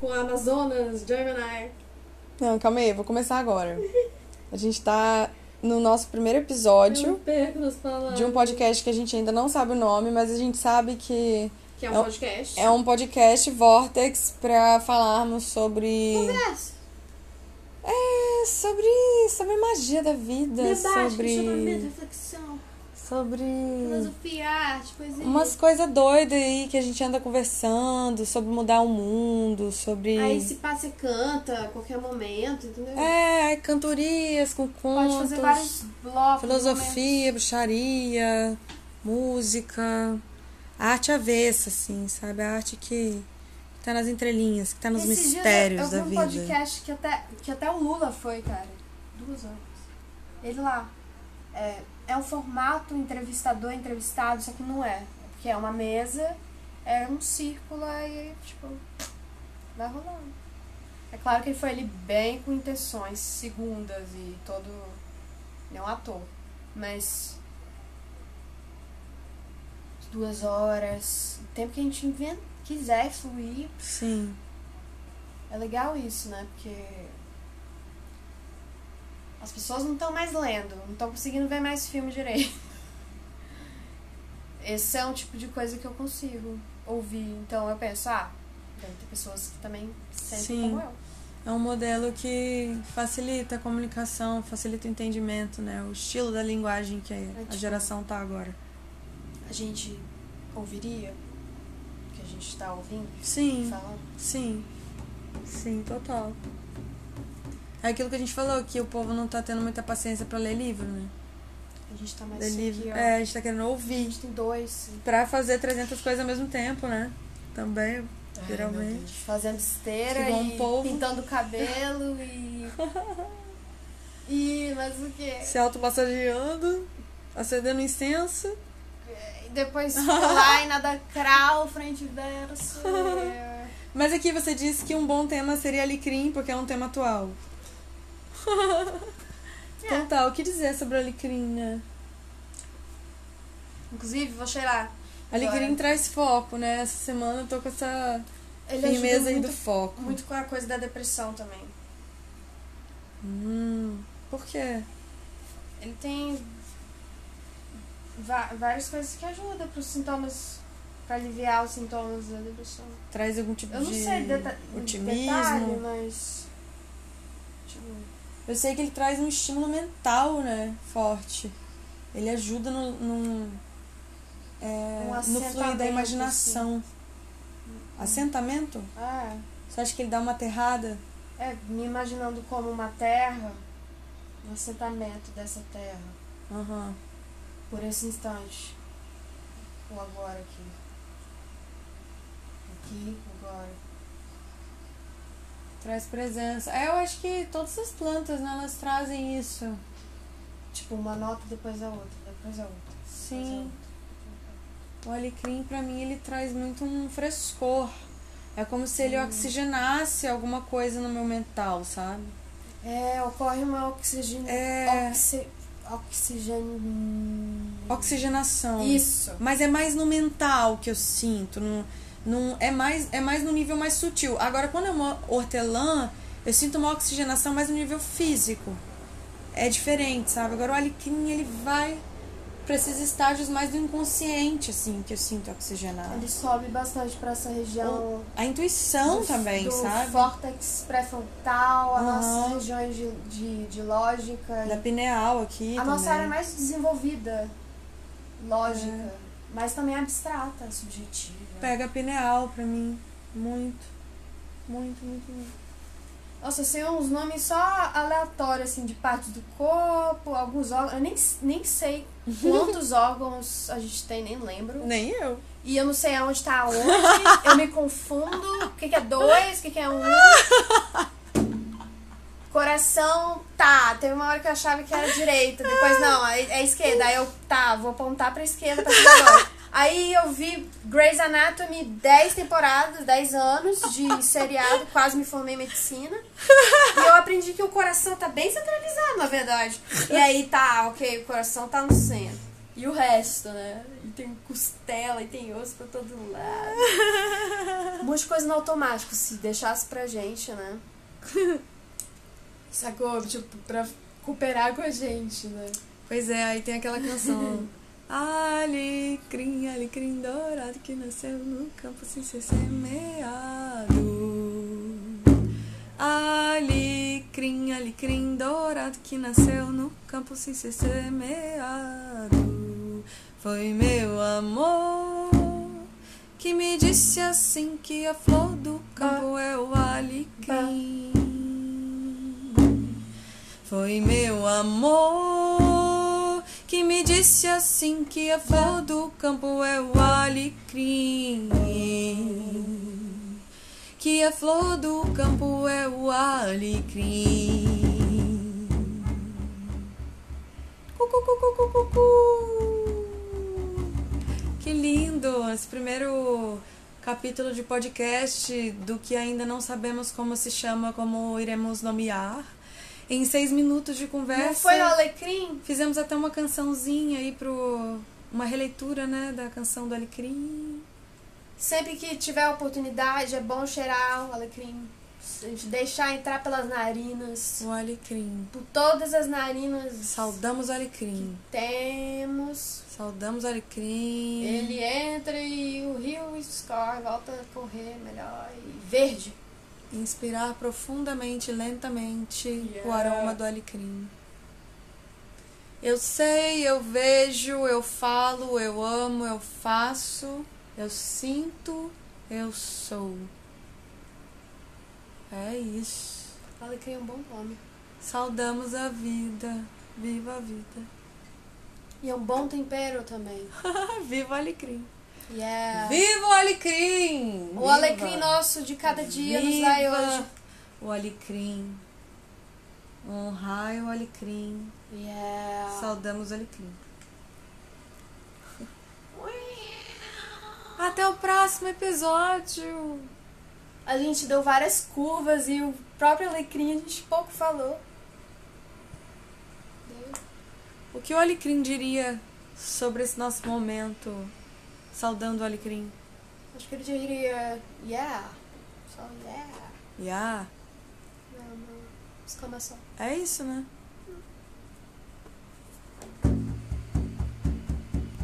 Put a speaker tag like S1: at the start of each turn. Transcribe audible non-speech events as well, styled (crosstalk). S1: com a Amazonas, Gemini.
S2: Não, calma aí, eu vou começar agora. A gente tá no nosso primeiro episódio
S1: Eu perco nas palavras.
S2: É de um podcast que a gente ainda não sabe o nome, mas a gente sabe que
S1: Que é um
S2: é um-
S1: podcast.
S2: é um podcast Vortex pra falarmos sobre.
S1: Congresso.
S2: É, sobre. sobre magia da vida,
S1: Debate, questionamento,
S2: sobre.
S1: reflexão,
S2: sobre.
S1: filosofia, arte, poesia.
S2: Umas coisas doidas aí que a gente anda conversando, sobre mudar o mundo, sobre.
S1: Aí se passa, você canta a qualquer momento, entendeu?
S2: É, cantorias com contos.
S1: Pode fazer vários blocos. né?
S2: Filosofia, bruxaria, música, arte avessa, assim, sabe? A arte que tá nas entrelinhas, que tá nos
S1: momentos. Esses dias
S2: mistérios
S1: eu,
S2: da
S1: eu vi um
S2: vida.
S1: podcast que até, que até o Lula foi, cara. Duas horas. Ele lá. É, é um formato entrevistador, entrevistado, só que não é. Porque é uma mesa, é um círculo e, tipo, vai rolando. É claro que ele foi ali bem com intenções segundas e todo. Ele é um ator. Mas. Duas horas, o tempo que a gente inventa, quiser e fluir,
S2: Sim.
S1: é legal isso, né? Porque as pessoas não estão mais lendo, não estão conseguindo ver mais filme direito. (laughs) Esse é um tipo de coisa que eu consigo ouvir. Então eu penso, ah, deve ter pessoas que também sentem
S2: Sim.
S1: como eu.
S2: É um modelo que facilita a comunicação, facilita o entendimento, né? O estilo da linguagem que a
S1: tipo-
S2: geração tá agora.
S1: A gente ouviria o que a gente está ouvindo,
S2: Sim,
S1: falando.
S2: sim. Sim, total. É aquilo que a gente falou, que o povo não tá tendo muita paciência pra ler livro, né?
S1: A gente tá mais
S2: Ler
S1: aqui,
S2: livro.
S1: ó.
S2: É, a gente tá querendo
S1: A
S2: ouvir.
S1: gente tem dois.
S2: Pra fazer 300 coisas ao mesmo tempo, né? Também.
S1: Ai,
S2: Geralmente.
S1: meu Deus, Fazendo esteira
S2: Igual um
S1: e
S2: polvo.
S1: pintando o cabelo (laughs) e. e mas o quê?
S2: Se automassageando, acendendo incenso.
S1: E (laughs) depois lá e nada crawl, frente e verso. e-
S2: Mas aqui você disse que um bom tema seria alecrim, porque é um
S1: (laughs)
S2: tema atual.
S1: É.
S2: Então tá, o que dizer sobre alecrim, né?
S1: (laughs) Inclusive, vou cheirar.
S2: Alecrim
S1: Agora.
S2: traz foco, né? Essa semana eu tô com essa
S1: Ele
S2: firmeza
S1: ajuda
S2: aí
S1: muito,
S2: do foco.
S1: muito com a coisa da depressão também.
S2: Hum, por quê?
S1: Ele tem va- várias coisas que ajudam pros sintomas, pra aliviar os sintomas da depressão.
S2: Traz algum tipo
S1: Eu não
S2: de
S1: sei deta
S2: otimismo?
S1: detalhe, mas. Tipo,
S2: Eu sei que ele traz um estímulo mental, né? Forte. Ele ajuda no, num, é,
S1: Um
S2: no fluir
S1: assentamento,
S2: da imaginação. assim. Assentamento?
S1: ah,
S2: Você acha que ele dá uma aterrada?
S1: é, me imaginando como uma terra, um assentamento dessa terra.
S2: Aham.
S1: por esse instante. O agora aqui. Aqui, agora.
S2: Traz presença. É, eu acho que todas as plantas, né? Elas trazem isso.
S1: Tipo, uma nota depois a outra, depois a outra.
S2: Sim. O alecrim, pra mim, ele traz muito um frescor. É como se ele oxigenasse alguma coisa no meu mental, sabe?
S1: É, ocorre uma oxigênio.
S2: É.
S1: Oxi... Oxigênio.
S2: Oxigenação.
S1: Isso.
S2: Mas é mais no mental que eu sinto. Num, num, é, mais, é mais no nível mais sutil. Agora, quando é uma hortelã, eu sinto uma oxigenação mais no nível físico. É diferente, sabe? Agora o alecrim, ele vai pra esses estágios mais do inconsciente, assim, que eu sinto oxigenado.
S1: Ele sobe bastante pra essa região.
S2: A intuição
S1: do-
S2: também,
S1: do
S2: sabe?
S1: Vórtex pré-frontal, as
S2: Aham.
S1: nossas regiões de, de, de lógica.
S2: Da pineal aqui
S1: A
S2: também.
S1: nossa área é mais desenvolvida, lógica, mas também abstrata, subjetiva.
S2: Pega a pineal pra mim. Muito. Muito, muito, muito.
S1: Nossa, eu sei uns nomes só aleatórios, assim, de partes do corpo, alguns órgãos. Eu nem, nem sei quantos órgãos a gente tem, nem lembro.
S2: Nem eu.
S1: E eu não sei aonde tá aonde. Eu me confundo. O que, que é dois? O que, que é um? Coração, tá. Teve uma hora que eu achava que era direita. Depois, não, é, é esquerda. Aí eu, tá, vou apontar pra esquerda pra fazer agora. Aí eu vi Grey's Anatomy 10 temporadas, 10 anos de seriado, quase me formei em medicina. E eu aprendi que o coração tá bem centralizado, na verdade. E aí tá, ok, o coração tá no centro. E o resto, né? E
S3: tem costela e tem osso pra todo lado.
S1: Um monte de coisa no automático, se deixasse pra gente, né?
S3: Sacou? Tipo, pra cooperar com a gente, né?
S2: Pois é, aí tem aquela canção. alecrim, alecrim dourado que nasceu no campo sem ser semeado. Alecrim, alecrim dourado que nasceu no campo sem ser semeado. Foi meu amor que me disse assim que a flor do campo é o alecrim. Foi meu amor que me disse assim que a flor do campo é o alecrim. Que a flor do campo é o alecrim. Cu, cu, cu, cu, cu, cu, cu. Que lindo! Esse primeiro capítulo de podcast do que ainda não sabemos como se chama, como iremos nomear. Em seis minutos de conversa.
S1: Não foi o alecrim?
S2: Fizemos até uma cançãozinha aí pro. Uma releitura, né? Da canção do Alecrim.
S1: Sempre que tiver oportunidade, é bom cheirar o alecrim. A gente deixar entrar pelas narinas.
S2: O Alecrim.
S1: Por todas as narinas
S2: Saudamos o Alecrim.
S1: temos.
S2: Saudamos o Alecrim.
S1: Ele entra e o rio escorre, volta a correr melhor. E verde.
S2: Inspirar profundamente, lentamente o
S1: Yeah.
S2: aroma do alecrim. Eu sei, eu vejo, eu falo, eu amo, eu faço, eu sinto, eu sou. É isso.
S1: O alecrim é um bom nome.
S2: Saudamos a vida. Viva a vida.
S1: E é um bom tempero também.
S2: Viva o alecrim.
S1: Yeah.
S2: É. Viva o alecrim!
S1: O
S2: Viva!
S1: alecrim nosso de cada dia nos dá
S2: Viva
S1: hoje.
S2: O alecrim. Honrai o alecrim.
S1: Yeah.
S2: Saudamos o alecrim. Até o próximo episódio.
S1: A gente deu várias curvas e o próprio alecrim a gente pouco falou.
S2: O que o alecrim diria sobre esse nosso momento? Saudando o alecrim.
S1: Acho que ele diria, yeah, só yeah.
S2: Yeah.
S1: Não, não. Exclamação.
S2: É isso, né?